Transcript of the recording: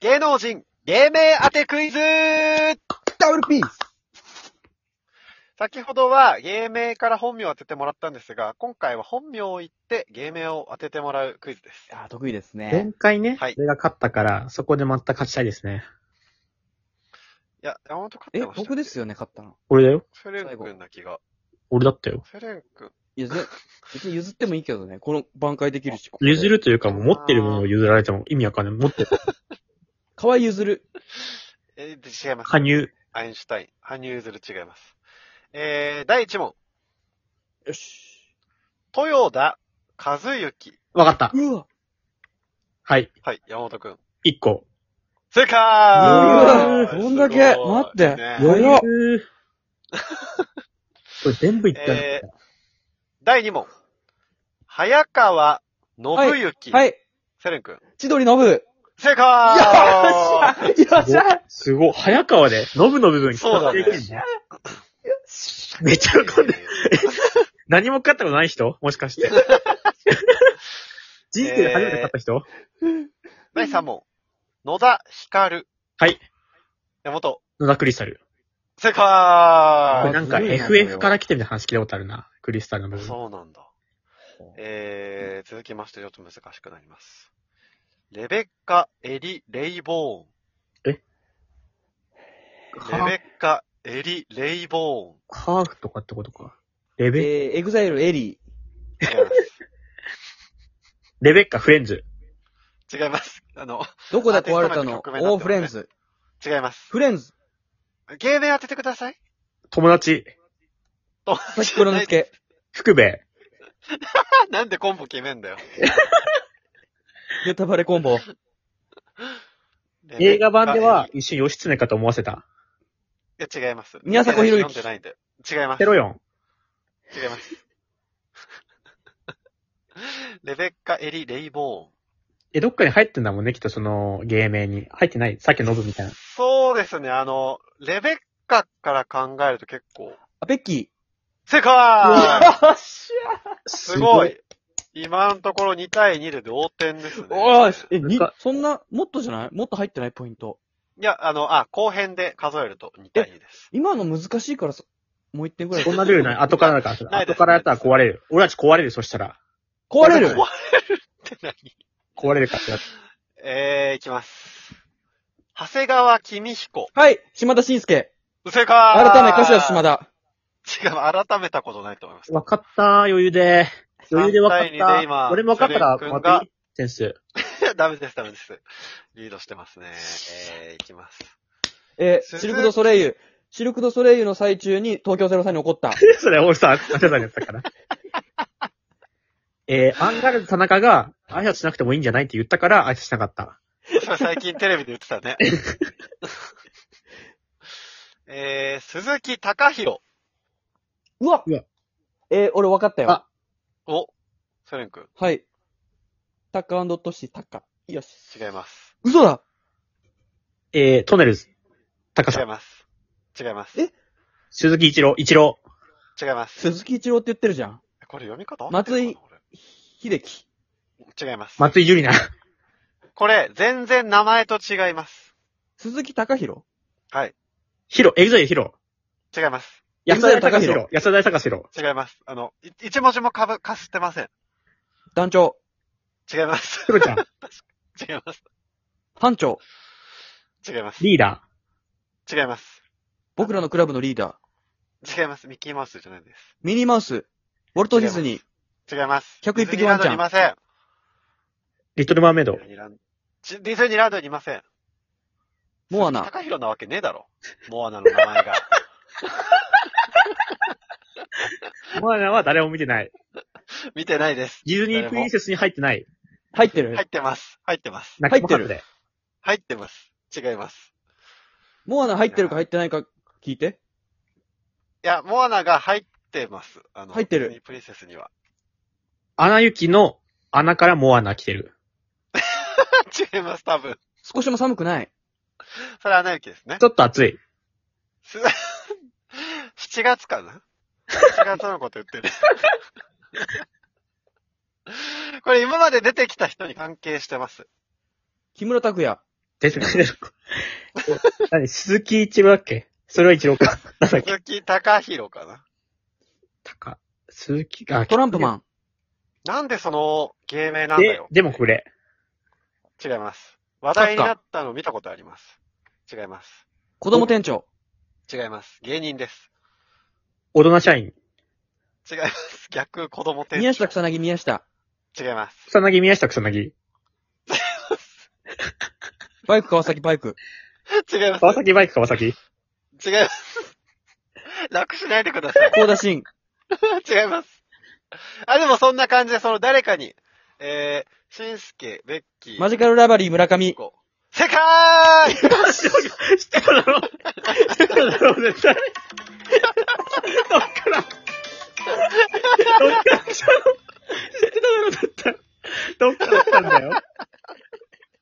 芸能人、芸名当てクイズダブルピース先ほどは芸名から本名を当ててもらったんですが、今回は本名を言って芸名を当ててもらうクイズです。あー得意ですね前。回ね、はい俺が勝ったから、そこでまた勝ちたいですね。いや、山本勝っえてま、した。僕ですよね、勝ったの。俺だよ。セレン君な気が。俺だったよ。セレン君。いや、ぜ別に譲ってもいいけどね、この挽回できるし。ここで譲るというか、もう持ってるものを譲られても意味わかんない。持ってる。河合譲る。えー、違います。加入。アインシュタイン。羽生結弦違います。えー、第1問。よし。豊田和幸。わかった。うわ。はい。はい、山本君。一個。正解わーどんだけすごい待ってねよ早っえーこれ全部言ったんえー、第2問。早川信之。はい。セレン君。千鳥のぶ。よ正解っしゃ よっしゃよすごい。早川で、ノブの部分にそうだね使っていけんねっしゃめっちゃ喜んでる。何も勝ったことない人もし かして。人生で初めて勝った人、第3問。野田光。はい。山本。野田クリスタル。正これ解なんかずるいなこれは FF から来てる話聞いたことあるな。クリスタルの部分。そうなんだ。えー、続きましてちょっと難しくなります。レベッカ・エリ・レイボーン。レハベッカ・エリ・レイボーン。ハーフとかってことか。レえベ、ー、エグザイルエリ違います。レベッカ、フレンズ。違います。あの、ー。どこで壊れたアーティスのト名と曲名だったよねオーフレンズ。違います。フレンズ。芸名当ててください。友達、と、さっき黒之助。福兵衛。なんでコンボ決めんだよ。ネタバレコンボ。映画版では一瞬義経かと思わせた。レベッカ。いや、違います。宮迫博之読んでないんで。違いますテ。ロヨン。違います。 レベッカ・エリ・レイボーン。え、どっかに入ってんだもんね、きっとその、芸名に。入ってないさっきのブみたいな。そうですね、あの、レベッカから考えると結構。あ、ベッキ正ー。解よっしすすご。い今のところ2対2で同点ですねゃ。おーしえ、になんか、そんな、もっとじゃないもっと入ってないポイント。いや、あの、あ、後編で数えると2対2です。今の難しいからさ、もう一点ぐらい。そんなルール ない。後からだからそれ。ないで後すからやったら壊れる。俺たち壊れる、そしたら。壊れる壊れるって何壊れるからってやつ。えー、いきます。長谷川君彦。はい、島田紳介。正解改め、柏田島田。違田。う、改めたことないと思います。わかった余裕で。余裕でわか3っ対2でた今。俺もわかったら、セレン君まがたいい点数。ダメです、ダメです。リードしてますね。えー、いきます。 えー、鈴シルクドソレイユ。シルクドソレイユの最中に東京03に起こった。それ、俺さ、マシャさんやったから。 えー、アンガールズ田中が、挨拶しなくてもいいんじゃないって言ったから、挨拶しなかった。それ最近テレビで言ってたね。 えー、鈴木隆弘。うわうわえー、俺分かったよあ。お、ソレン君。はい。タカトシタカ。よし。違います。嘘だえー、トネルズ、高違いさん、ます。違います。え鈴木一郎、一郎、違います。鈴木一郎って言ってるじゃん。これ読み方松井合ってるかな秀樹。これ違います。松井樹里奈。 これ、全然名前と違います。鈴木高弘はい。ヒロ、エグザイルヒロ、違います。安田隆エグザイル弘、安田隆弘、違います。あの、い一文字もかぶ、かすってません。団長。違います。 クロちゃん、 違います。班長。違います。リーダ違います。僕らのクラブのリーダー。違います。ミッキーマウスじゃないです。ミニーマウス。ウォルト・ディズニー。違います。 101ディズ匹ワンちゃんニーランドにいません。ー、リトルマーメイデドィ、ズニーランちディズニーランドにいません。モアナ。高弘なわけねえだろ。モアナの名 前が。モアナは誰も見てない。見てないです。ディズニープリンセスに入ってない。入ってる入ってます。入ってます。仲間外れ。入ってます。違います。モアナ入ってるか入ってないか聞いて。いや、モアナが入ってます。あの、入ってるディズニープリンセスには。 アナ雪の穴からモアナ来てる。違います、多分。少しも寒くない。それはアナ雪です ねち。ょっと暑い。す7月かな ?7 月のこと言 ってる。これ今まで出てきた人に関係してます。木村拓哉。哲学者の。 何鈴木一郎だっけそれは一郎か。なんだっけ鈴木隆弘かな。高。鈴木あトランプマン。なんでその芸名なんだでよ、。でもこれ。違います。話題になったの見たことあります。違います。子供店長。違います。芸人です。大人社員。違います。 逆子供店宮長下。草薙宮下。違います。草薙宮下草薙。バイク川崎バイク。違います。川崎バイク川崎。違います。楽しないでください。 高田違真。います。あ、でもそんな感じで、その誰かに、えー、しんすけ、ベッキー、マジカルラバリー村上。こう世界知ってただろ知ってただろ絶対。どっから、どっから来たの知ってただろ絶対。どっから来たんだよ。